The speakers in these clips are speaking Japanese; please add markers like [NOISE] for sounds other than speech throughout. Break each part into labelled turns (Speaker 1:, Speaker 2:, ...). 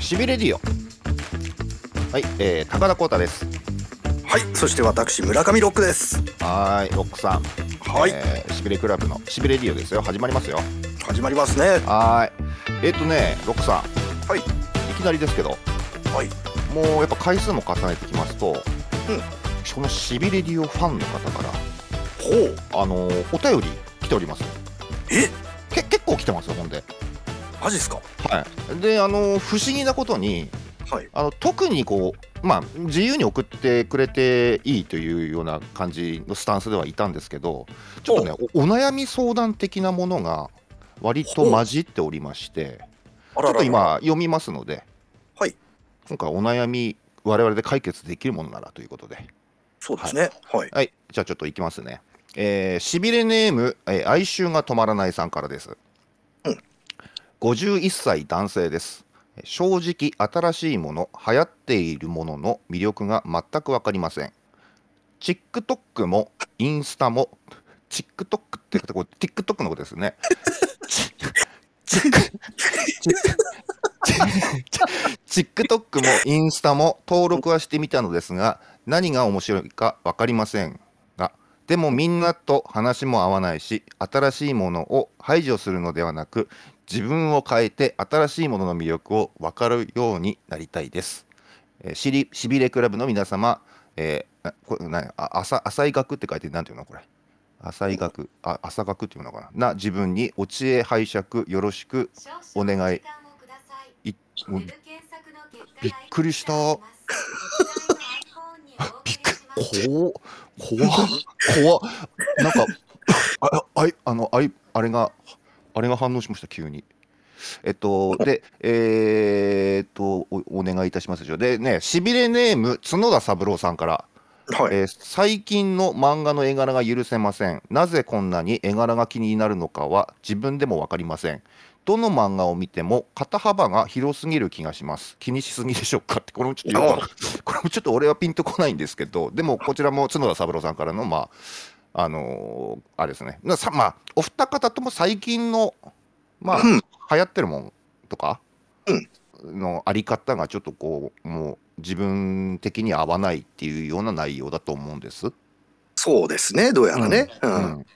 Speaker 1: しびレディオはい、えー、高田浩太です
Speaker 2: はい、そして私村上ロックです。
Speaker 1: はーいロックさん
Speaker 2: はい、
Speaker 1: えー、しびれクラブのしびレディオですよ始まりますよ
Speaker 2: 始まりますね。
Speaker 1: はーいえっ、とねロックさん
Speaker 2: はい
Speaker 1: いきなりですけど
Speaker 2: はい、
Speaker 1: もうやっぱ回数も重ねてきますと、このしびレディオファンの方から
Speaker 2: ほう、
Speaker 1: あのー、お便り来ております
Speaker 2: え、
Speaker 1: け結構来てますよほんで
Speaker 2: マジですか。
Speaker 1: はいであのー、不思議なことに
Speaker 2: はい、
Speaker 1: あの特にこう、まあ、自由に送ってくれていいというような感じのスタンスではいたんですけどちょっとねおお悩み相談的なものが割と混じっておりまして
Speaker 2: あ
Speaker 1: ちょっと
Speaker 2: らら
Speaker 1: 今読みますので、
Speaker 2: はい
Speaker 1: 今回お悩み我々で解決できるものならということで
Speaker 2: そうですね。はい、
Speaker 1: はいじゃあちょっといきますねえーしびれネーム、えー哀愁が止まらないさんからです、
Speaker 2: うん
Speaker 1: 51歳男性ですえー正直新しいもの流行っているものの魅力が全く分かりません TikTok もインスタも TikTok ってこれ TikTok のことですねチックチチ TikTok もインスタも登録はしてみたのですが何が面白いか分かりませんがでもみんなと話も合わないし新しいものを排除するのではなく自分を変えて新しいものの魅力を分かるようになりたいです。えーしりしびれクラブの皆様、えーあこれなあ浅浅い学って書いて何ていうのこれ浅い学あ浅学っていうのかなな自分にお知恵拝借よろしくお
Speaker 3: お
Speaker 1: 願
Speaker 3: 願
Speaker 1: い
Speaker 3: い
Speaker 1: い
Speaker 3: び
Speaker 1: もう
Speaker 3: っくり [LAUGHS] したびっくり
Speaker 1: こ怖っ怖っなんかああいあのあいあれがあれが反応しました急にえっとでえーっとおお願いいたしますでしょでねしびれネーム角田三郎さんから
Speaker 2: はい、
Speaker 1: えー最近の漫画の絵柄が許せませんなぜこんなに絵柄が気になるのかは自分でも分かりませんどの漫画を見ても肩幅が広すぎる気がします気にしすぎでしょうかってこれもちょっとよくこれもちょっと俺はピンとこないんですけどでもこちらも角田三郎さんからのまああのーあれですねなさまあお二方とも最近のまあ
Speaker 2: うん
Speaker 1: 流行ってるもんとかのあり方がちょっとこうもう自分的に合わないっていうような内容だと思うんです。
Speaker 2: そうですね。どうやらね。う。
Speaker 1: うんん、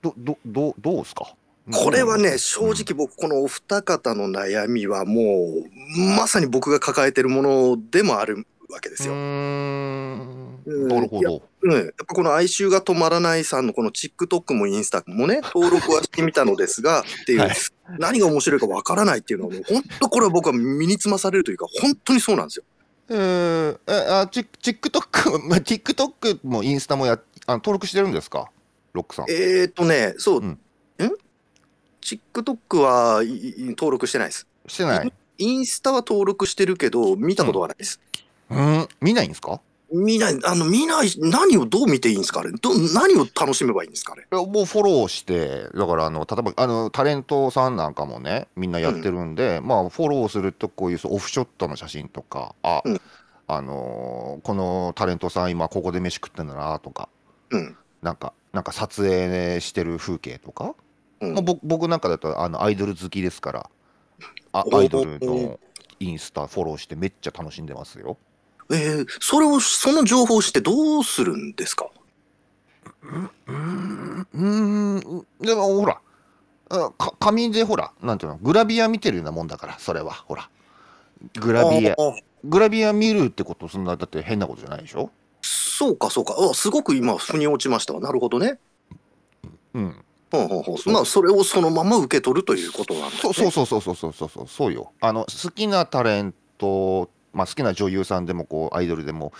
Speaker 1: どどどどうですか
Speaker 2: これは
Speaker 1: うん
Speaker 2: ね、正直僕、このお二方の悩みはもう、まさに僕が抱えてるものでもあるわけで
Speaker 1: うー
Speaker 2: すよ。
Speaker 1: ん
Speaker 2: うん
Speaker 1: なるほど。
Speaker 2: うん、やっぱこの哀愁が止まらないさんのこの TikTok もインスタ
Speaker 1: [LAUGHS]
Speaker 2: もね、登録はしてみたのですが、っていう、
Speaker 1: はい
Speaker 2: 何が面白いかわからないっていうのは、もう本当これは僕は身につまされるというか、本当にそうなんですよ。
Speaker 1: えー、えあチチックトックまあ TikTok [LAUGHS] もインスタもやあ登録してるんですかロックさん。
Speaker 2: えーっとね、そう、
Speaker 1: うん
Speaker 2: ん ?TikTok はいい登録してないです。
Speaker 1: してない。
Speaker 2: インスタは登録してるけど、見たことはないです。
Speaker 1: うん見ないんですか？
Speaker 2: 見ない、あの、見ない、何をどう見ていいんですかあれど、何を楽しめばいいんですかあれ。
Speaker 1: いやもうフォローしてだからあの例えばあのタレントさんなんかもねみんなやってるんで、まあフォローするとこういうそうオフショットの写真とかあ、
Speaker 2: うん
Speaker 1: あのーこのタレントさん今ここで飯食ってんだなとか
Speaker 2: うん。
Speaker 1: なんかなんか撮影してる風景とか、
Speaker 2: うん
Speaker 1: まあ、僕僕なんかだとあのアイドル好きですからあ
Speaker 2: おー
Speaker 1: アイドルのインスタフォローしてめっちゃ楽しんでますよ。
Speaker 2: えーそれを、その情報を知ってどうするんですか
Speaker 1: うんうんでもほらあか紙でほらなんていうのグラビア見てるようなもんだからそれはほらグラビア
Speaker 2: あー
Speaker 1: グラビア見るってことそんなだって変なことじゃないでしょ
Speaker 2: そうか、そうか。あすごく今、腑に落ちましたわ。なるほどね。
Speaker 1: うん
Speaker 2: ほうほうほう
Speaker 1: そう
Speaker 2: まあ、それをそのまま受け取るということなんです、
Speaker 1: そ
Speaker 2: ね。
Speaker 1: うそうそうそうそうそうそうそうそうよあの好きなタレントまあ好きな女優さんでもこうアイドルでも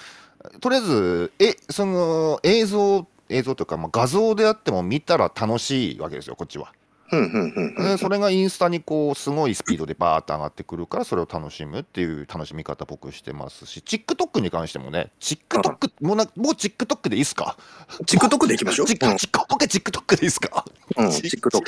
Speaker 1: とりあえずえその映像映像というか、まあ、画像であっても見たら楽しいわけですよこっちは、
Speaker 2: うんうんうんうん
Speaker 1: でそれがインスタにこうすごいスピードでバーッと上がってくるからそれを楽しむっていう楽しみ方僕してますし TikTok に関してもね TikTok もうなもう TikTok でいいっすか
Speaker 2: TikTok でいきましょう。
Speaker 1: チックチック僕 TikTok でいいっすか
Speaker 2: うん、うん、
Speaker 1: チ
Speaker 2: TikTok。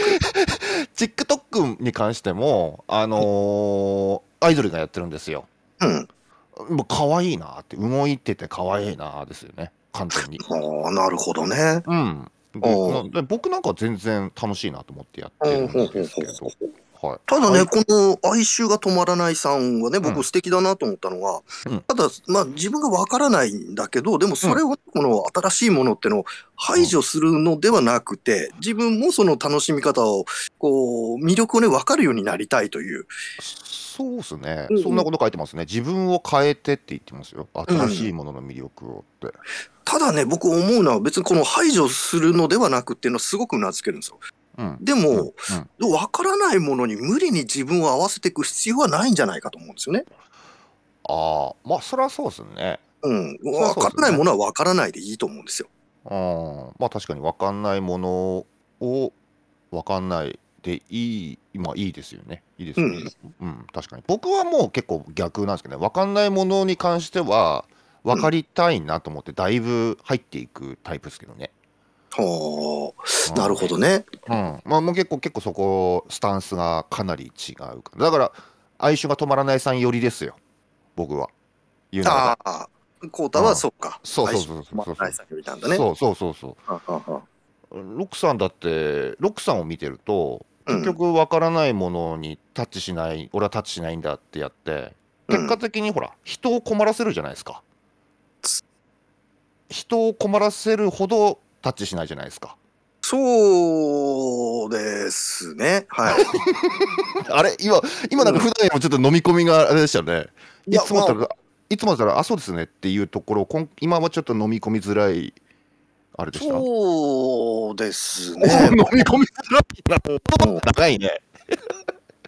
Speaker 1: TikTok に関しても、あのーアイドルがやってるんですよ。
Speaker 2: うん。
Speaker 1: もう可愛いなって、動いてて可愛いなですよね、簡単
Speaker 2: [LAUGHS]
Speaker 1: に。
Speaker 2: ああ、なるほどね。
Speaker 1: うん。
Speaker 2: お
Speaker 1: で僕なんか全然楽しいなと思ってやってる
Speaker 2: うん、ほうんほう
Speaker 1: です
Speaker 2: ほ
Speaker 1: け
Speaker 2: う
Speaker 1: ど、はい。
Speaker 2: ただね、
Speaker 1: はい
Speaker 2: この哀愁が止まらないさんはね、
Speaker 1: う
Speaker 2: 僕
Speaker 1: ん
Speaker 2: 素敵だなと思ったのは、
Speaker 1: うん
Speaker 2: ただ、まあ自分がわからないんだけど、でもそれを、この新しいものってのを排除するのではなくて、自分もその楽しみ方を、こう、魅力をね、わかるようになりたいという。
Speaker 1: そうですね、
Speaker 2: うんうん
Speaker 1: そんなこと書いてますね。自分を変えてって言ってますよ。新しいものの魅力をって。
Speaker 2: ただね、僕思うのは別にこの排除するのではなくっていうのはすごくうなずけるんですよ。
Speaker 1: うん。
Speaker 2: で
Speaker 1: うんう
Speaker 2: も、
Speaker 1: ん
Speaker 2: わからないものに無理に自分を合わせていく必要はないんじゃないかと思うんですよね。
Speaker 1: ああ、まあ、そりゃそうですね。
Speaker 2: うん。
Speaker 1: うそう
Speaker 2: わからないものはわからないでいいと思うんですよ。
Speaker 1: うん。まあ、確かに分かんないものを分かんないでいい、今、いいですよね。いいですよね。うん、確かに。僕はもう結構逆なんですけどね、分かんないものに関しては、分かりたいなと思って、だいぶ入っていくタイプですけどね。
Speaker 2: はあ、
Speaker 1: うん
Speaker 2: なるほどね。
Speaker 1: うん、まあもう結構結構そこスタンスがかなり違うからだから哀愁が止まらないさんよりですよ僕は言うならば
Speaker 2: ああ、コータはそうか。
Speaker 1: そうそうそうそうそう
Speaker 2: 最初まあ、さんよりなんだね。
Speaker 1: そうそうそうそ
Speaker 2: はあはあは
Speaker 1: うロックさんだってロックさんを見てると
Speaker 2: あうん
Speaker 1: 結局わからないものにタッチしない、俺はタッチしないんだってやって結果的にほら、人を困らせるじゃないですか人を困らせるほどタッチしないじゃないですか [LAUGHS]
Speaker 2: そうですね。
Speaker 1: [LAUGHS]
Speaker 2: はい。
Speaker 1: あれ今、今なんか普段よりもちょっと飲み込みがあれでしたよね。
Speaker 2: うん
Speaker 1: いつもだった
Speaker 2: い
Speaker 1: ら、いつもだったら、あ、そうですねっていうところをこん、今はちょっと飲み込みづらい、あれでした。
Speaker 2: そうですね。
Speaker 1: [LAUGHS] 飲み込みづらい
Speaker 2: うん [LAUGHS]
Speaker 1: な。長いね。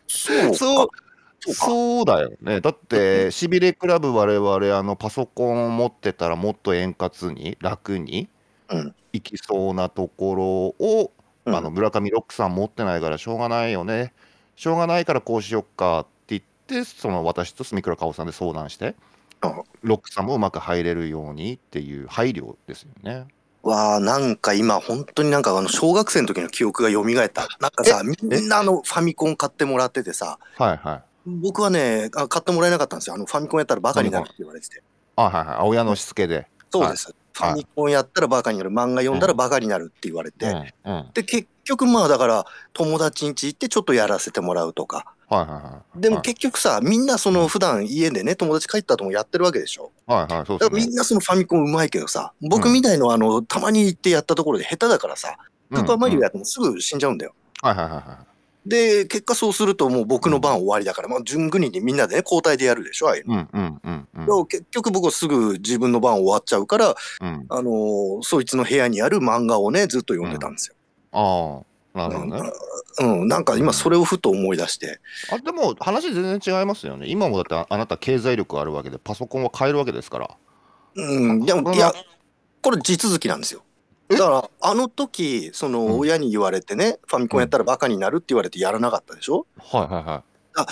Speaker 2: そう
Speaker 1: [LAUGHS] そ
Speaker 2: か。
Speaker 1: う
Speaker 2: そうか
Speaker 1: そうだよね。だって、しびれクラブ我々、あの、パソコンを持ってたらもっと円滑に、楽に
Speaker 2: うん、
Speaker 1: いきそうなところを、
Speaker 2: うん
Speaker 1: あの、村上ロックさん持ってないからしょうがないよね。しょうがないからこうしよっかって言って、その私と住倉かおさんで相談して、
Speaker 2: あ
Speaker 1: ロックさんもうまく入れるようにっていう配慮ですよね。
Speaker 2: わあ、なんか今、本当になんかあの、小学生の時の記憶が蘇った。なんかさ、みんなあの、ファミコン買ってもらっててさ、
Speaker 1: はいはい。
Speaker 2: 僕はね、あ買ってもらえなかったんですよ。あの、ファミコンやったらバカになるって言われてて。
Speaker 1: あはいはい。親のしつけで。
Speaker 2: そうです。フ
Speaker 1: はい
Speaker 2: ァミコンやったらバカになる。漫画読んだらバカになるって言われて。
Speaker 1: うん、うん。はい
Speaker 2: で、結局まあだから、友達ん家行ってちょっとやらせてもらうとか。
Speaker 1: はいはい。
Speaker 2: でも
Speaker 1: はい
Speaker 2: 結局さ、みんなそ
Speaker 1: うん
Speaker 2: の普段家でね、友達帰った後もやってるわけでしょ。
Speaker 1: はいはい、そうで
Speaker 2: だ
Speaker 1: す
Speaker 2: からみ
Speaker 1: ね。
Speaker 2: んなそのファミコンうまいけどさ、僕
Speaker 1: うん
Speaker 2: みたいのはあの、たまに行ってやったところで下手だからさ、スーパーマリオやってもすぐ死んじゃうんだよ。
Speaker 1: うんうんはいはいはいはい。
Speaker 2: で、結果そうするともう僕の番終わりだから、まあ順繰りにみんなでね、交代でやるでしょ、ああいうの。
Speaker 1: うんうんうんうん
Speaker 2: でも結局僕はすぐ自分の番終わっちゃうから、
Speaker 1: うん。
Speaker 2: あのーそいつの部屋にある漫画をね、ずっと読んでたんですよ。
Speaker 1: ああ、なるほどね。
Speaker 2: うん、なんか今それをふと思い出して。
Speaker 1: あでも話全然違いますよね。今もだってああなた経済力あるわけで、パソコンは買えるわけですから。
Speaker 2: うん、で
Speaker 1: こ
Speaker 2: も、
Speaker 1: れ
Speaker 2: い
Speaker 1: は
Speaker 2: や、これ地続きなんですよ。だから、あの時、そ
Speaker 1: うん
Speaker 2: の親に言われてね、ファミコンやったらバカになるって言われてやらなかったでしょ
Speaker 1: はいはいは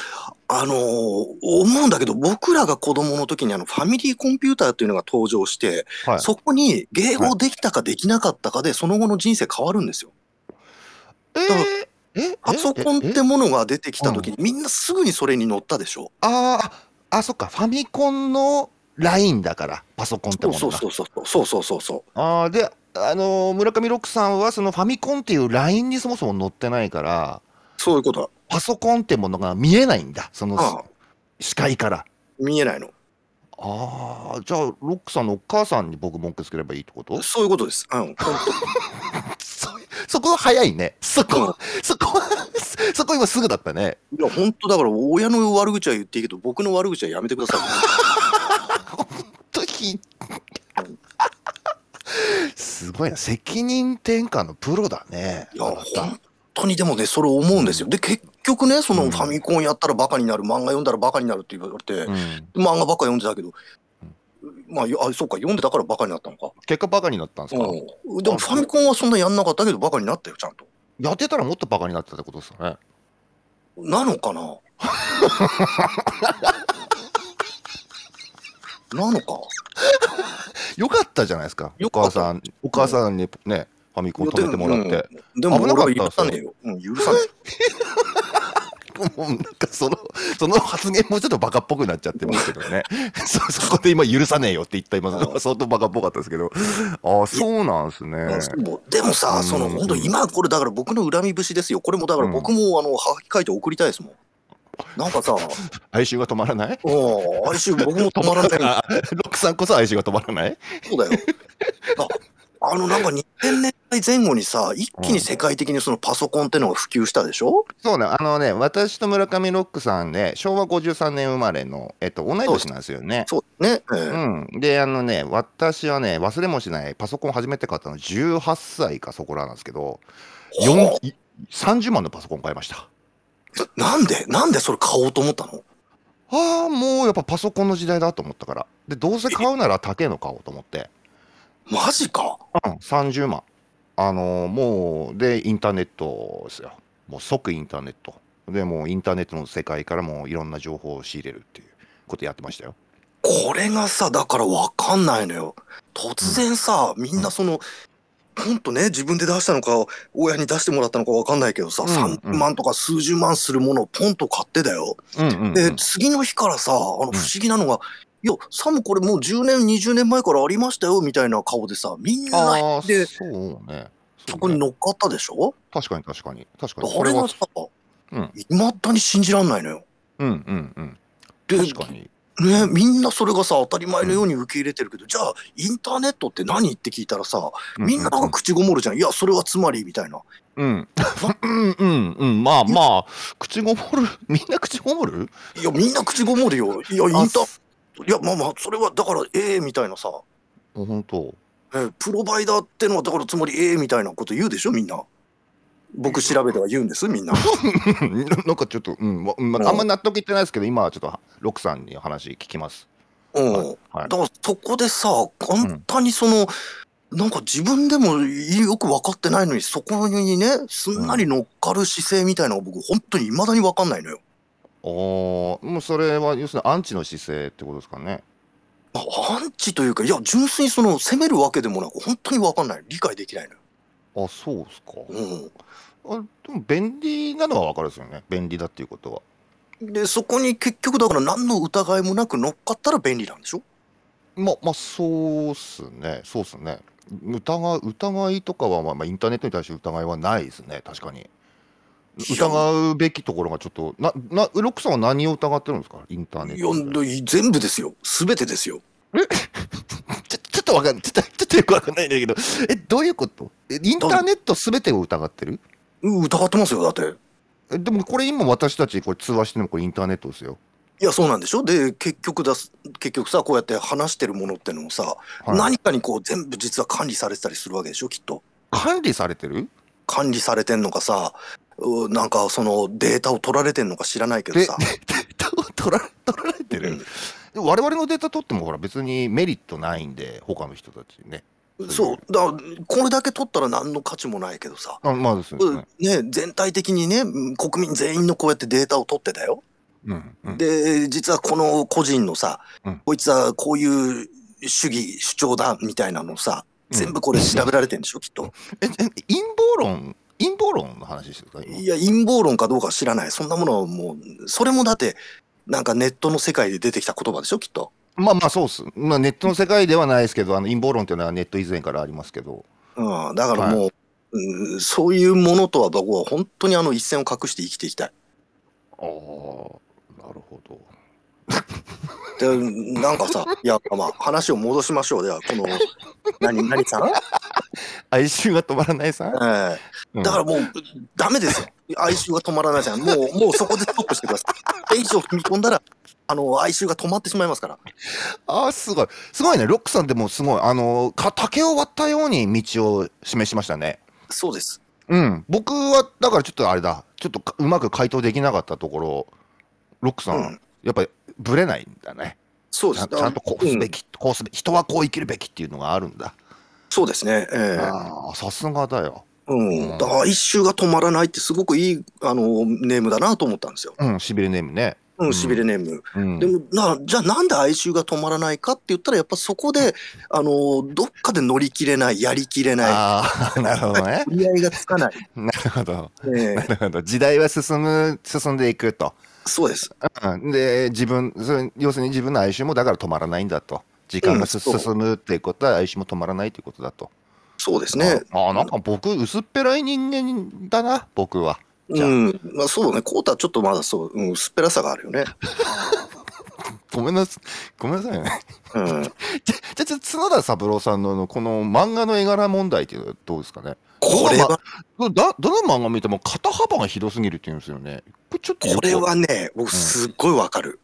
Speaker 2: あのー思うんだけど、僕らが子供の時にあの、ファミリーコンピューターっていうのが登場して、
Speaker 1: い。はい、
Speaker 2: そこに迎合できたかできなかったかで、その後の人生変わるんですよ。
Speaker 1: えー
Speaker 2: だから
Speaker 1: ええ
Speaker 2: パソコンっ
Speaker 1: ええ
Speaker 2: てものが出てきた時に、みんなすぐにそれに乗ったでしょ
Speaker 1: ああ、あ、そっか、ファミコンのラインだから、パソコンって
Speaker 2: そ
Speaker 1: も
Speaker 2: う
Speaker 1: のが。
Speaker 2: そうそうそうそうそうそうそう。
Speaker 1: あーで、あのー村上ロックさんは、そのファミコンっていうラインにそもそも載ってないから、
Speaker 2: そういうことだ。
Speaker 1: パソコンってものが見えないんだ、その
Speaker 2: ああ
Speaker 1: 視界から。
Speaker 2: 見えないの。
Speaker 1: ああ、じゃあ、ロックさんのお母さんに僕文句つければいいってこと
Speaker 2: そういうことです。うん。
Speaker 1: そそこは早いね。そこ、
Speaker 2: うん
Speaker 1: そこは、そこ今すぐだったね。
Speaker 2: いや、本当だから、親の悪口は言っていいけど、僕の悪口はやめてください。
Speaker 1: とひすごいな、責任転換のプロだね。
Speaker 2: いや、
Speaker 1: あなた
Speaker 2: 本当にでもね、それ思うんですよ。で、結局ね、そ
Speaker 1: うん
Speaker 2: のファミコンやったらバカになる、漫画読んだらバカになるって言われて、
Speaker 1: うん
Speaker 2: 漫画ばっか読んでたけど、まあ、あ、そうか、読んでたからバカになったのか。
Speaker 1: 結果バカになったんですか、
Speaker 2: うん。でも、ファミコンはそんなやんなかったけど、バカになったよ、ちゃんと。
Speaker 1: やってたらもっとバカになってたってことですよね。
Speaker 2: なのかななのか。
Speaker 1: よかったじゃないですか。お
Speaker 2: よか
Speaker 1: 母
Speaker 2: った
Speaker 1: さん、お母さんにね、ファミコン止めてもらって。
Speaker 2: うんでも
Speaker 1: 危なかった
Speaker 2: 俺は許さねえよ。うん、許さね
Speaker 1: もう [LAUGHS] なんかその、その発言もちょっとバカっぽくなっちゃってますけど
Speaker 2: [LAUGHS]
Speaker 1: ね。そ、そこで今許さねえよって言った今のは相当バカっぽかったですけど。ああ、そうなんですね。
Speaker 2: そうでも
Speaker 1: う
Speaker 2: さ、
Speaker 1: ん
Speaker 2: その本当今これだから僕の恨み節ですよ。これもだから僕もあのはがき書いて送りたいですもん。なんか
Speaker 1: [LAUGHS]
Speaker 2: さ、
Speaker 1: 哀愁が止まらない
Speaker 2: うん哀愁僕も止まらない。
Speaker 1: あ [LAUGHS] ロックさんこそ哀愁が止まらない [LAUGHS]
Speaker 2: そうだよ。ああのなんか2000年代前後にさ、一気に世界的にそのパソコンってのが普及したでしょ、
Speaker 1: そうね、あのね、私と村上ロックさんね、昭和53年生まれの、えっと、同い年なんですよね。
Speaker 2: そうね。ええ
Speaker 1: うん、で、あのね、私はね、忘れもしない、パソコン初めて買ったの18歳かそこらなんですけど、
Speaker 2: ほ
Speaker 1: 4い30万のパソコン買いました。
Speaker 2: うなんでなんでそれ買おうと思ったの
Speaker 1: ああ、もうやっぱパソコンの時代だと思ったから。で、どうせ買うなら高えの買おうと思って。
Speaker 2: マジか。
Speaker 1: うん、30万。あのーもう、で、インターネットですよ。もう即インターネット。で、もうインターネットの世界からもういろんな情報を仕入れるっていうことやってましたよ。
Speaker 2: これがさ、だからわかんないのよ。突然さ、みんなその、ほんとね、自分で出したのか、親に出してもらったのかわかんないけどさ、
Speaker 1: うん
Speaker 2: 3万とか数十万するものをポンと買ってだよ。
Speaker 1: うんうん、うん。
Speaker 2: で、次の日からさ、あの、不思議なのが、いや、サムこれもう10年、20年前からありましたよ、みたいな顔でさ、みんな、
Speaker 1: ああ、
Speaker 2: で
Speaker 1: そうね。
Speaker 2: そ
Speaker 1: そ
Speaker 2: こ
Speaker 1: う
Speaker 2: に
Speaker 1: ね
Speaker 2: 乗っかったでしょ
Speaker 1: 確かに確かに。確かに。
Speaker 2: あれがさ、
Speaker 1: うん
Speaker 2: いまだに信じらんないのよ。
Speaker 1: うんうんうん。
Speaker 2: で
Speaker 1: 確かに。
Speaker 2: ね、みんなそれがさ当たり前のように受け入れてるけど、じゃあインターネットって何って聞いたらさみんななんか口ごもるじゃん、いやそれはつまりみたいな
Speaker 1: うん。うんうんうん。まあまあ、口ごもる。 [LAUGHS] みんな口ごもる
Speaker 2: いやみんな口ごもるよいやイン
Speaker 1: あ
Speaker 2: ターいやまあまあそれはだからええみたいなさ、
Speaker 1: 本当。 [LAUGHS]
Speaker 2: えープロバイダーってのはだからつまりええみたいなこと言うでしょみんな僕調べたら言うんですみんな
Speaker 1: うんなんかちょっと、うん、わうんまあ、あんま納得いってないですけど、今はちょっと、ロクさんに話聞きます。
Speaker 2: うん、
Speaker 1: はいはい
Speaker 2: だからそこでさ簡単にその、なんか自分でもよく分かってないのにそこにねすんなり乗っかる姿勢みたいなのが僕本当にいまだに分かんないのよ
Speaker 1: ああ、もうそれは、要するにアンチの姿勢ってことですかね。
Speaker 2: まあ、アンチというか、いや、純粋にその、責めるわけでもなく、本当に分かんない。理解できないのよ。
Speaker 1: あ、そうですか。
Speaker 2: うん
Speaker 1: あでも、便利なのはわかるですよね。便利だっていうことは。
Speaker 2: で、そこに結局だから何の疑いもなく乗っかったら便利なんでしょ
Speaker 1: まあ、まあ、そうっすね。そうっすね。疑う疑いとかは、まあ、まあインターネットに対して疑いはないですね。確かに。
Speaker 2: いや
Speaker 1: 疑うべきところがちょっと、な、な、ロックさんは何を疑ってるんですかインターネッ
Speaker 2: い
Speaker 1: ト
Speaker 2: や
Speaker 1: に対して。
Speaker 2: 全部ですよ。全てですよ。
Speaker 1: ちょちょっとわかんちょっと、ちょっとよくわかんないんだけど、え、どういうことえインターネットすべてを疑ってる
Speaker 2: うん疑ってますよ、だって。
Speaker 1: えでもこれ今私たちこれ通話してるのこれインターネットですよ。
Speaker 2: いや、そうなんでしょで、結局だす、結局さ、こうやって話してるものってのもさ、
Speaker 1: はい
Speaker 2: 何かにこう、全部実は管理されてたりするわけでしょ、きっと。
Speaker 1: 管理されてる [LAUGHS]
Speaker 2: 管理されてんのかさ、うなんかそのデータを取られてんのか知らないけど
Speaker 1: で、デ
Speaker 2: さ。
Speaker 1: ータを取ら取られてる、で我々のデータ取ってもほら別にメリットないんで、他の人たちね。
Speaker 2: そう、だからこれだけ取ったら何の価値もないけどさ、
Speaker 1: あまあですよね。
Speaker 2: ね、全体的にね、うん国民全員のこうやってデータを取ってたよ。
Speaker 1: うん。うん、
Speaker 2: で、実はこの個人のさ、
Speaker 1: うん
Speaker 2: こいつはこういう主義、主張だみたいなのさ、全部これ調べられてんでしょ、きっと。
Speaker 1: え、え陰謀論、陰謀論の話してるか今
Speaker 2: いや、陰謀論かどうかは知らない。そんなものはもう、それもだって、なんかネットの世界で出てきた言葉でしょ、きっと。
Speaker 1: まあまあそうっす。まあネットの世界ではないですけど、あの陰謀論っていうのはネット以前からありますけど。
Speaker 2: うん、だからもう、うんそういうものとは僕は本当にあの一線を隠して生きていきたい。
Speaker 1: ああ、なるほど。
Speaker 2: で、なんかさ、いや、まあ、話を戻しましょう。では、この、何、何さん、え [LAUGHS]
Speaker 1: 哀愁が止まらないさ。
Speaker 2: え
Speaker 1: うん
Speaker 2: だからもう、ダメですよ。哀愁が止まらないじゃん。もう、もうそこでストップしてください。これ以上踏み込んだら、あの、哀愁が止まってしまいますから。
Speaker 1: ああ、すごい。すごいね。ロックさんでもすごい。あの、か竹を割ったように道を示しましたね。
Speaker 2: そうです。
Speaker 1: うん。僕は、だからちょっとあれだ。ちょっとかうまく回答できなかったところ、ロックさん、
Speaker 2: うん
Speaker 1: やっぱりブレないんだね。
Speaker 2: そう
Speaker 1: ち
Speaker 2: で
Speaker 1: ゃ
Speaker 2: す。
Speaker 1: んちゃんとこうすべき、こうすべき、人はこう生きるべきっていうのがあるんだ。
Speaker 2: そうですね。ええ
Speaker 1: ああ、さすがだよ。
Speaker 2: うん。だから哀愁が止まらないってすごくいい、あの、ネームだなと思ったんですよ。
Speaker 1: うん、しびれネームね。
Speaker 2: うん、しびれネーム。
Speaker 1: うん
Speaker 2: でもなじゃあなんで哀愁が止まらないかって言ったらやっぱそこで、あのどっかで乗り切れないやりきれない
Speaker 1: ああ、 [LAUGHS] なるほどね。
Speaker 2: 折り合いがつかない、
Speaker 1: なるほど。
Speaker 2: ええ
Speaker 1: [LAUGHS] なるほど。時代は進む、進んでいくと。
Speaker 2: そうです
Speaker 1: うん、で、自分、それ要するに自分の哀愁もだから止まらないんだと。時間がす、
Speaker 2: うんそう
Speaker 1: 進むっていうことは哀愁も止まらないということだと。
Speaker 2: そうですね
Speaker 1: ああ、なんか僕、薄っぺらい人間だな、僕は。じゃあ
Speaker 2: うんまあ、そうねコータはちょっとまだそう、うん、薄っぺらさがあるよね、
Speaker 1: ごめんなさい。ごめんなさいね。 [LAUGHS]
Speaker 2: うん、
Speaker 1: じゃ、じゃ、じゃ角田三郎さんの、この漫画の絵柄問題っていうのはどうですかね。
Speaker 2: これは
Speaker 1: だ、どの漫画見ても肩幅が広すぎるって言うんですよね。これちょっとよ
Speaker 2: こ
Speaker 1: く、
Speaker 2: れはね僕すっごいわかる、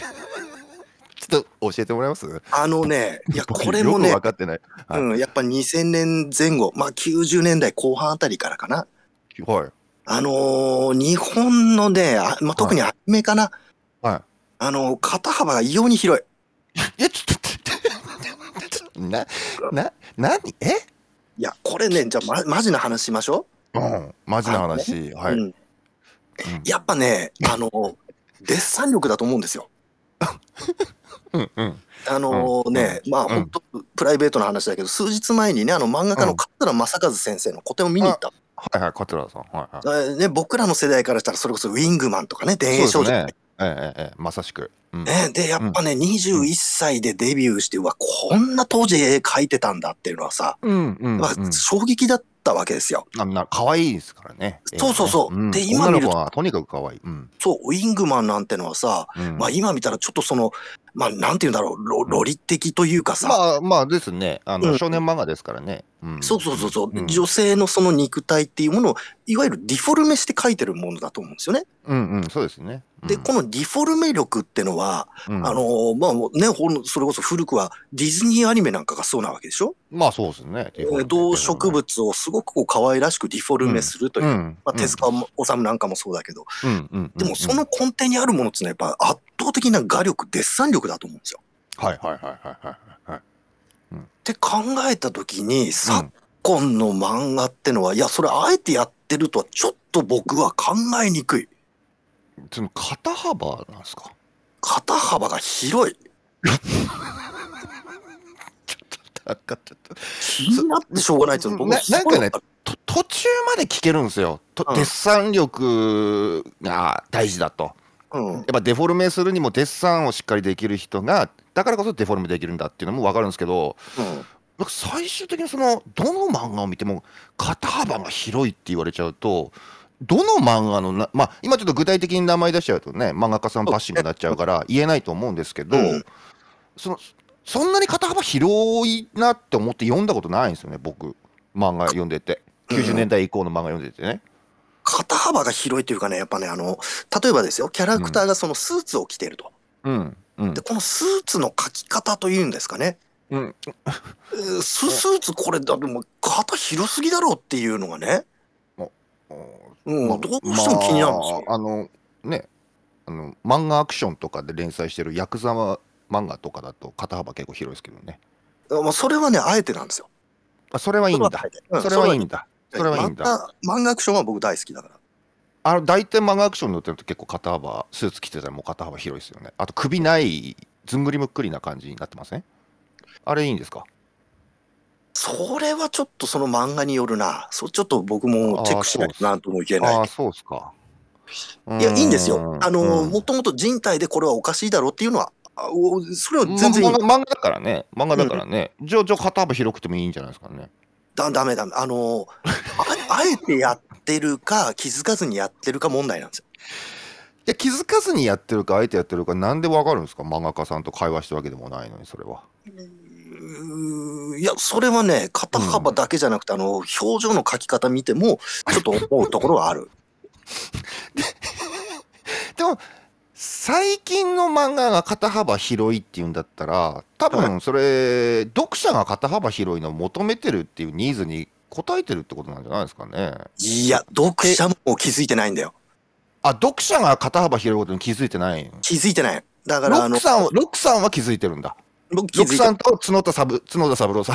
Speaker 1: ちょっと教えてもらえます
Speaker 2: あのねいや
Speaker 1: 僕
Speaker 2: これもね
Speaker 1: よく分かってない。はい
Speaker 2: うん、やっぱ2000年前後、まあ、90年代後半あたりからかな、
Speaker 1: はい。
Speaker 2: あのー日本のね、あまあ、特にアニメかな、
Speaker 1: は
Speaker 2: あのー肩幅が異様に広い。
Speaker 1: い。え、ちょっと待って、ちょっとな、な、なに、え
Speaker 2: いや、これね、じゃあ、ま、マジな話しましょ
Speaker 1: うん、マジな話。
Speaker 2: う。
Speaker 1: はい。
Speaker 2: うんやっぱね、あの [LAUGHS] ーデッサン力だと思うんですよ。
Speaker 1: うん、うん。
Speaker 2: あのー
Speaker 1: うん
Speaker 2: ね、まあ、
Speaker 1: うん
Speaker 2: 本当プライベートな話だけど、数日前にね、あの、漫画家の桂正和先生の個展を見に行った。
Speaker 1: はいはい、桂田さん。はいはい。
Speaker 2: えーね、僕らの世代からしたら、それこそウィングマンとかね、田園
Speaker 1: そ
Speaker 2: 少
Speaker 1: う
Speaker 2: 女
Speaker 1: で
Speaker 2: と
Speaker 1: す
Speaker 2: か
Speaker 1: ね。ええ、ええ、まさしく。うん。
Speaker 2: ね、でやっぱね、21歳でデビューしてうわこんな当時絵描いてたんだっていうのはさ、
Speaker 1: うん、うん。
Speaker 2: ま
Speaker 1: うん
Speaker 2: あ、衝撃だったわけですよ。
Speaker 1: あんな可愛いですからね。
Speaker 2: そうそうそう
Speaker 1: ねん
Speaker 2: で今見
Speaker 1: 女の
Speaker 2: ると
Speaker 1: 子はとにかく可愛い。うん。
Speaker 2: そうウィングマンなんてのはさ、
Speaker 1: うん
Speaker 2: まあ、今見たらちょっとそのまあなんて言うんだろうロロリ的というかさ、
Speaker 1: まあ、まあですね。あ
Speaker 2: う
Speaker 1: の、
Speaker 2: ん
Speaker 1: 少年漫画ですからね。うん
Speaker 2: そうそうそうそう、
Speaker 1: ん
Speaker 2: 女性のその肉体っていうものをいわゆるディフォルメして描いてるものだと思うんですよね。
Speaker 1: うん、うん、そうですね。
Speaker 2: でこのディフォルメ力ってのは、
Speaker 1: の
Speaker 2: あの、ーまあもうねほんそれこそ古くはディズニーアニメなんかがそうなわけでしょ、
Speaker 1: まあそうですね。
Speaker 2: えー動植物をすごくこう可愛らしくディフォルメするという
Speaker 1: うん
Speaker 2: まあ、手塚治虫なんかもそうだけど、
Speaker 1: うんうん
Speaker 2: でもその根底にあるものってのはやっぱ圧倒的な画力、デッサン力だと思うんですよ。
Speaker 1: はいはいはいはいはいはい。
Speaker 2: って考えた時に昨今の漫画ってのは、いやそれあえてやってるとはちょっと僕は考えにくい。
Speaker 1: その肩幅なんですか [LAUGHS]
Speaker 2: 肩幅が広い。
Speaker 1: 分かっちゃった。
Speaker 2: 気になってしょうがないっていうの僕
Speaker 1: な
Speaker 2: はすごい
Speaker 1: なんかと途中まで聞けるんですよ。と
Speaker 2: うん
Speaker 1: デッサン力が大事だと。や
Speaker 2: うん
Speaker 1: っ、ぱデフォルメするにもデッサンをしっかりできる人が、だからこそデフォルメできるんだっていうのも分かるんですけど、なんか最終的にその、どの漫画を見ても肩幅が広いって言われちゃうと、どの漫画のな、まあ、今ちょっと具体的に名前出しちゃうとね、漫画家さんバッシングになっちゃうから言えないと思うんですけど、
Speaker 2: うん
Speaker 1: そのそんなに肩幅広いなって思って読んだことないんですよね、僕、漫画読んでて、
Speaker 2: うん
Speaker 1: 90年代以降の漫画読んでてね。
Speaker 2: 肩幅が広いというかね、やっぱね、あの、例えばですよ、キャラクターがそのスーツを着てると。
Speaker 1: うん、うん
Speaker 2: で、このスーツの描き方というんですかね。
Speaker 1: うん、
Speaker 2: えーススーツこれだでも肩広すぎだろうっていうのがね、うん
Speaker 1: ま
Speaker 2: どうしても気になるんですよ。
Speaker 1: まあ、あのねあの漫画アクションとかで連載してるヤクザ漫画とかだと肩幅結構広いですけどね
Speaker 2: まあ、それはねあえてなんですよ。
Speaker 1: あそれはいいんだ
Speaker 2: うん
Speaker 1: それはいいんだそれはいいんだ
Speaker 2: 漫画漫画アクションは僕大好きだから。
Speaker 1: あの大体漫画アクションに乗ってると結構肩幅スーツ着てたらもう肩幅広いですよねあと首ないずんぐりむっくりな感じになってませんあれいいんですか
Speaker 2: それはちょっとその漫画によるな。そちょっと僕もチェックしないとなんとも言え
Speaker 1: あ
Speaker 2: な
Speaker 1: あそうですか
Speaker 2: い。いやいいんですよ。あの
Speaker 1: うん
Speaker 2: もともと人体でこれはおかしいだろうっていうのはあおそれは
Speaker 1: ま
Speaker 2: 全然いい
Speaker 1: 漫画漫画だからね漫画だからね、じゃあじゃあ肩幅広くてもいいんじゃないですかね
Speaker 2: だダメダメあのああえてやってるか気づかずにやってるか問題なんですよ。
Speaker 1: いや気づかずにやってるか相手やってるかなんでわかるんですか漫画家さんと会話したわけでもないのにそれは
Speaker 2: うーいや、それはね、肩幅だけじゃなくて、あの、表情の書き方見ても、ちょっと思うところはある。
Speaker 1: でも最近の漫画が肩幅広いっていうんだったら多分それ、読者が肩幅広いのを求めてるっていうニーズに応えてるってことなんじゃないですかね
Speaker 2: いや、読者も気づいてないんだよ。
Speaker 1: あ読者が肩幅広いことに気づいてないの
Speaker 2: 気づいてない。だから、あ
Speaker 1: ロッ
Speaker 2: の
Speaker 1: ク、さんはロックさんは気づいてるんだ
Speaker 2: 僕気
Speaker 1: ロッ
Speaker 2: づ
Speaker 1: ク
Speaker 2: いて
Speaker 1: さ
Speaker 2: ない
Speaker 1: んと角田三角田三郎さ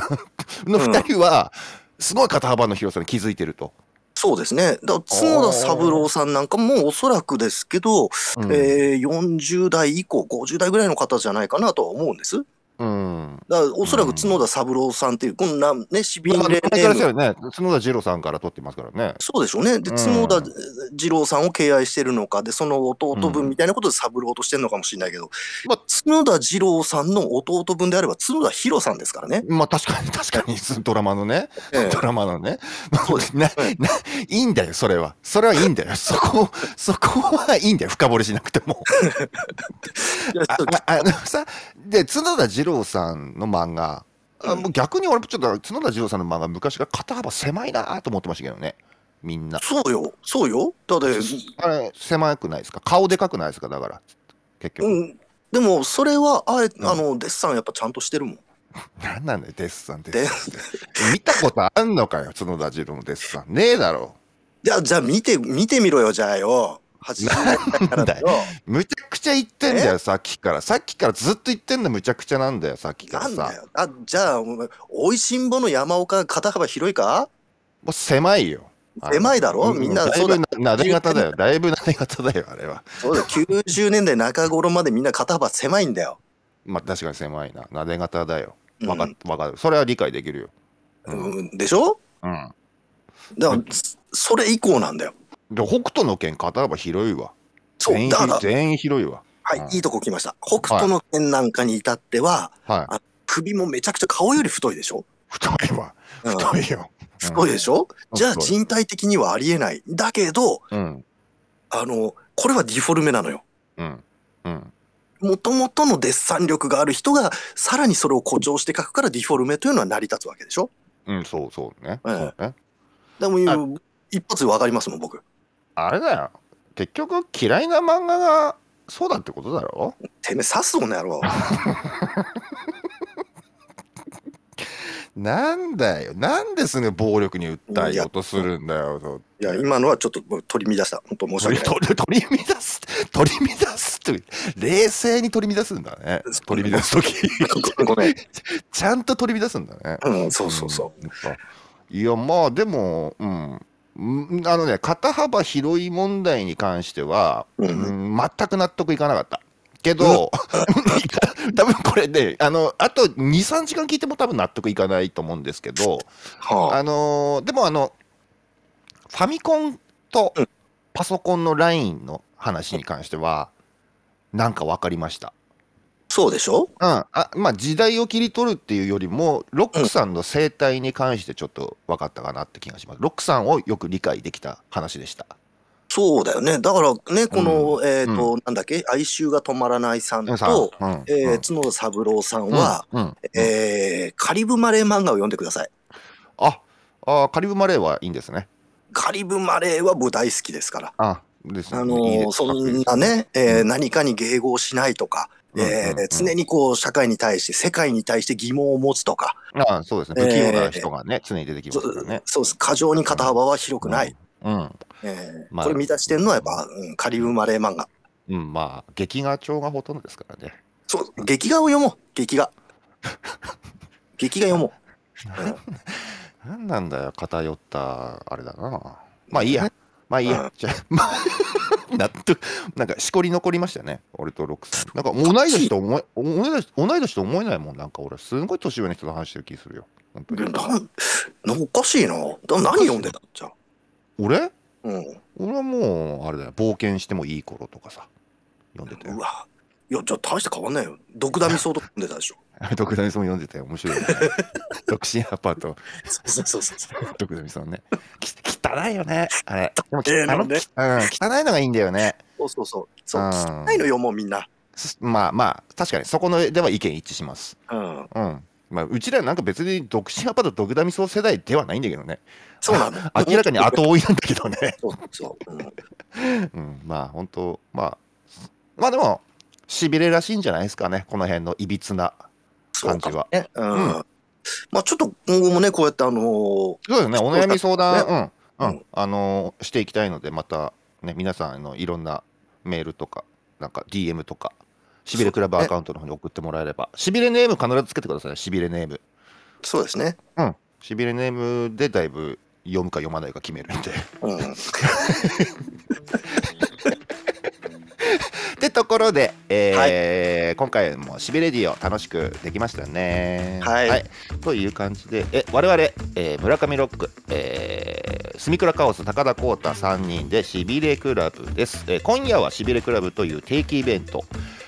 Speaker 1: んの2人は、すごい肩幅の広さに気づいてると
Speaker 2: そうですね。だ角田三郎さんなんかもおそらくですけ
Speaker 1: う
Speaker 2: ど、
Speaker 1: ん
Speaker 2: えー40代以降、50代ぐらいの方じゃないかなとは思うんです。
Speaker 1: うん。
Speaker 2: だからおそらく角田三郎さんっていう、こんなね、市民
Speaker 1: まあ、
Speaker 2: 連
Speaker 1: これからしたらね、角田二郎さんから取ってますからね。
Speaker 2: そうでしょうね。で、
Speaker 1: うん
Speaker 2: 角田二郎さんを敬愛してるのか、で、その弟分みたいなことで三郎としてるのかもしれないけど、
Speaker 1: まあ
Speaker 2: 角田二郎さんの弟分であれば、角田博さんで
Speaker 1: [LAUGHS]
Speaker 2: すからね。
Speaker 1: まあ確かに確かにドラマのね、
Speaker 2: ええ
Speaker 1: ドラマのね、
Speaker 2: そうで
Speaker 1: [LAUGHS] なないいんだよ、それは。それはいいんだよ。そこ、そこはいいんだよ、深掘りしなくても。
Speaker 2: いや
Speaker 1: あ
Speaker 2: そう
Speaker 1: ああのさ、で、角田二郎さんの漫画、あもう逆に俺もちょっと角田二郎さんの漫画、昔から肩幅狭いなと思ってましたけどね、みんな。
Speaker 2: そうよ、そうよ。だって、
Speaker 1: あれ、狭くないですか顔でかくないですかだから、結局。
Speaker 2: うん。でも、それは、あえ、
Speaker 1: ん
Speaker 2: あの、デッサンやっぱちゃんとしてるもん。
Speaker 1: なんなんだよ、デッサン、デッサンって。見たことあんのかよ、角田二郎のデッサン。ねえだろ。
Speaker 2: じゃあ、じゃあ見て、見てみろよ、じゃあよ。80代からだよ。
Speaker 1: むちゃくちゃ言ってんだよ、さっきから。さっきからずっと言ってんのむちゃくちゃなんだよ、さっきから
Speaker 2: なん
Speaker 1: さ
Speaker 2: だ。よ。あ、じゃあ、お前、おいしんぼの山岡、肩幅広いか
Speaker 1: もう狭いよ。あれ
Speaker 2: 狭いだろ
Speaker 1: う
Speaker 2: みんな
Speaker 1: だい
Speaker 2: そう
Speaker 1: ぶ
Speaker 2: だ
Speaker 1: ななで型だよ。だいぶなで型だよ、あれは。
Speaker 2: そうだよ、90年代中頃までみんな肩幅狭いんだよ。
Speaker 1: まあ確かに狭いな。なで型だよ。
Speaker 2: うん
Speaker 1: わか,、わかる。それは理解できるよ。うん。
Speaker 2: うんでしょ
Speaker 1: うん
Speaker 2: だか
Speaker 1: う
Speaker 2: ら、そそれ以降なんだよ。
Speaker 1: で北斗の拳肩幅広いわ。
Speaker 2: そ
Speaker 1: 全
Speaker 2: う、
Speaker 1: 員
Speaker 2: だから、
Speaker 1: 全員広いわ。
Speaker 2: はい、いいとこ来ました。北斗の拳なんかに至っては、
Speaker 1: はい。
Speaker 2: 首もめちゃくちゃ顔より太いでしょ、
Speaker 1: 太いわ。
Speaker 2: うん、
Speaker 1: 太いよ。
Speaker 2: 太いでしょ、
Speaker 1: うん
Speaker 2: じゃあ
Speaker 1: 太い
Speaker 2: 人体的にはありえない。だけど、
Speaker 1: うん。
Speaker 2: あの、これはディフォルメなのよ。
Speaker 1: うん。うん。
Speaker 2: もともとのデッサン力がある人が、さらにそれを誇張して描くからディフォルメというのは成り立つわけでしょ
Speaker 1: うん、そうそうね。
Speaker 2: え
Speaker 1: そ
Speaker 2: え
Speaker 1: うね
Speaker 2: でも
Speaker 1: あ
Speaker 2: 一発でわかりますもん、僕。
Speaker 1: あれだよ。結局、嫌いな漫画がそうだってことだろ
Speaker 2: てめえ、刺すのやろ。
Speaker 1: なんだよ。なんですね、暴力に訴えようとするんだよ。そう
Speaker 2: いや、今のはちょっともう取り乱した。本当申し
Speaker 1: 取
Speaker 2: 訳
Speaker 1: り
Speaker 2: な
Speaker 1: [LAUGHS]
Speaker 2: い。
Speaker 1: 取り取り乱す、取り乱すという、冷静に取り乱すんだね。取り乱すとき。
Speaker 2: ごめん。
Speaker 1: [LAUGHS] ちゃんと取り乱すんだね。
Speaker 2: うん、そうそうそう。
Speaker 1: うん。やっぱいや、まあでも、うん。うんあのね、肩幅広い問題に関しては、
Speaker 2: うん
Speaker 1: うん全く納得いかなかった。けど、 [LAUGHS] 多分これね、あの、あと2、3時間聞いても多分納得いかないと思うんですけど、
Speaker 2: はあ、
Speaker 1: あのーでもあの、ファミコンと
Speaker 2: うん
Speaker 1: パソコンのラインの話に関しては、なんか分かりました。
Speaker 2: そうでしょ
Speaker 1: うん。あまあ、時代を切り取るっていうよりも、ロックさんの生態に関してちょっと分かったかなって気がします。ロックさんをよく理解できた話でした。
Speaker 2: そうだよね。だからね、この、えっ、と、なんだっけ、哀愁が止まらないさん
Speaker 1: さ
Speaker 2: と、
Speaker 1: んうん
Speaker 2: え
Speaker 1: う
Speaker 2: ー
Speaker 1: ん
Speaker 2: 角田三郎さんは、
Speaker 1: うんうん
Speaker 2: えーカリブマレー漫画を読んでください。
Speaker 1: ああーカリブマレーはいいんですね。
Speaker 2: カリブマレーは僕大好きですから。
Speaker 1: あですね
Speaker 2: あ
Speaker 1: いい
Speaker 2: の
Speaker 1: です
Speaker 2: そ
Speaker 1: かっこいい
Speaker 2: ん
Speaker 1: です
Speaker 2: なね、えー
Speaker 1: うん
Speaker 2: 何かに迎合しないとか、
Speaker 1: うんうん
Speaker 2: えー
Speaker 1: うん
Speaker 2: 常にこう、社会に対して、世界に対して疑問を持つとか、
Speaker 1: あそうですね。不器用な人がね、常に出てきま
Speaker 2: そ
Speaker 1: すからね。
Speaker 2: そうです。過剰に肩幅は広くない。
Speaker 1: うん。
Speaker 2: えー
Speaker 1: まあ
Speaker 2: これ満たしてるのはやっぱ、うん、カリブマレー漫画。
Speaker 1: うん、まあ、劇画調がほとんどですからね。
Speaker 2: そう、劇画を読もう、
Speaker 1: [LAUGHS]
Speaker 2: 劇画。劇画読も
Speaker 1: なんなんだよ、偏った、あれだな。まあいいや。まあいいや。
Speaker 2: うん
Speaker 1: じゃあ、まあ、 [LAUGHS] 納得、なんかしこり残りましたね、俺とロックさん。なんか同い年と思え、同い年同い年と思えないもん、なんか俺、すんごい年上の人と話してる気するよ。本当 [LAUGHS]
Speaker 2: う。
Speaker 1: に
Speaker 2: なんなんおかしいな。だ何読んでたのじゃあ。
Speaker 1: 俺
Speaker 2: うん。
Speaker 1: 俺はもう、あれだよ、冒険してもいい頃とかさ、読んでた
Speaker 2: う
Speaker 1: よ。
Speaker 2: わ。いや、じゃあ大して変わんないよ。毒ダミソード読んでた
Speaker 1: [LAUGHS]
Speaker 2: でしょ。
Speaker 1: [LAUGHS] 徳田さんも読んでたよ、面白いよね。 [LAUGHS] 独身アパート、
Speaker 2: そうそうそうそう。
Speaker 1: 徳田さんね。き汚いよね、あれ。でも
Speaker 2: ええなんで
Speaker 1: 汚いうん汚いのがいいんだよね。
Speaker 2: そうそうそう。そう
Speaker 1: うん
Speaker 2: 汚いのよ、もうみんな。
Speaker 1: すまあまあ確かにそこのでは意見一致します。
Speaker 2: うん。
Speaker 1: うん。まあうちらなんか別に独身アパート独ダミソ世代ではないんだけどね。
Speaker 2: そうなの。
Speaker 1: [LAUGHS] 明らかに後追いなんだけどね。 [LAUGHS]
Speaker 2: そうそう。うん
Speaker 1: うん。まあ本当まあすまあでもしびれらしいんじゃないですかねこの辺のいびつな
Speaker 2: そう
Speaker 1: 感
Speaker 2: か
Speaker 1: じ
Speaker 2: も
Speaker 1: は。
Speaker 2: ね。うん
Speaker 1: うん。
Speaker 2: まあちょっと今後もね、こうやってあのー
Speaker 1: そうですねお悩み相談、うん、う
Speaker 2: うん
Speaker 1: ん、あのーしていきたいのでまたね皆さんあのいろんなメールとかなんか DM とか。しびれクラブアカウントの方に送ってもらえれば、しびれネーム必ずつけてください、しびれネーム。
Speaker 2: そうですね。
Speaker 1: うん、しびれネームでだいぶ読むか読まないか決めるんで。 [LAUGHS]
Speaker 2: うん。
Speaker 1: ってところで、えー今回もシビレディを楽しくできましたね。
Speaker 2: はい
Speaker 1: という感じでえ我々、えー村上ロック、えー、スミクラカオス高田浩太3人でシビレクラブです、えー今夜はシビレクラブという定期イベント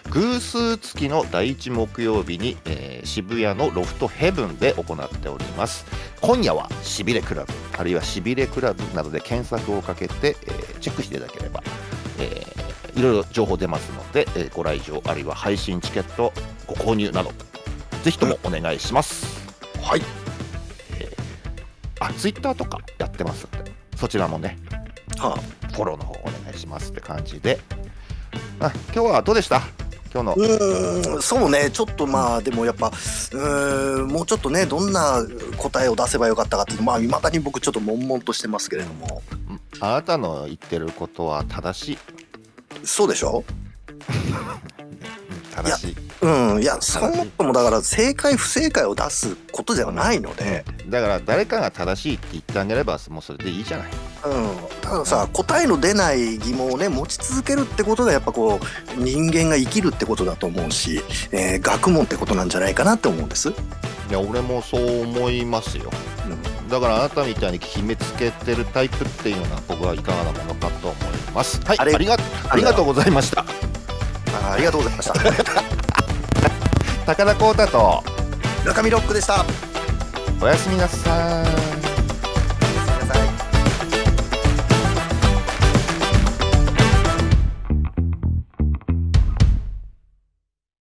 Speaker 1: 偶数月の第1木曜日に、えー渋谷のロフトヘブンで行っております今夜はしびれクラブあるいはしびれクラブなどで検索をかけて、えーチェックしていただければ、えーいろいろ情報出ますので、えーご来場あるいは配信チケットご購入などぜひともお願いします、
Speaker 2: はい。
Speaker 1: あツイッターとかやってますのでそちらもね
Speaker 2: は
Speaker 1: フォローの方お願いしますって感じであ今日はどうでした今日の
Speaker 2: うーん、そうね、ちょっとまあ、でもやっぱ、うーん、もうちょっとね、どんな答えを出せばよかったかっていうの、まあ、未だに僕ちょっと悶々としてますけれども、
Speaker 1: あなたの言ってることは正しい
Speaker 2: そうでしょ
Speaker 1: 正しい
Speaker 2: うん、いや、そもそもだから、正解、不正解を出すことではないので、
Speaker 1: だから誰かが正しいって言ってあげればもうそれでいいじゃない
Speaker 2: うん、だからさ、答えの出ない疑問をね、持ち続けるってことが、やっぱこう、人間が生きるってことだと思うし、えー学問ってことなんじゃないかなって思うんです。
Speaker 1: いや俺もそう思いますよだからあなたみたいに決めつけてるタイプっていうのは僕はいかがなものかと思いますはいあ
Speaker 2: あれ
Speaker 1: りがありがとうございました
Speaker 2: あありがとうございました。
Speaker 1: 高田浩太と
Speaker 2: 中身ロックでした。 [LAUGHS]
Speaker 1: おやすみなさーい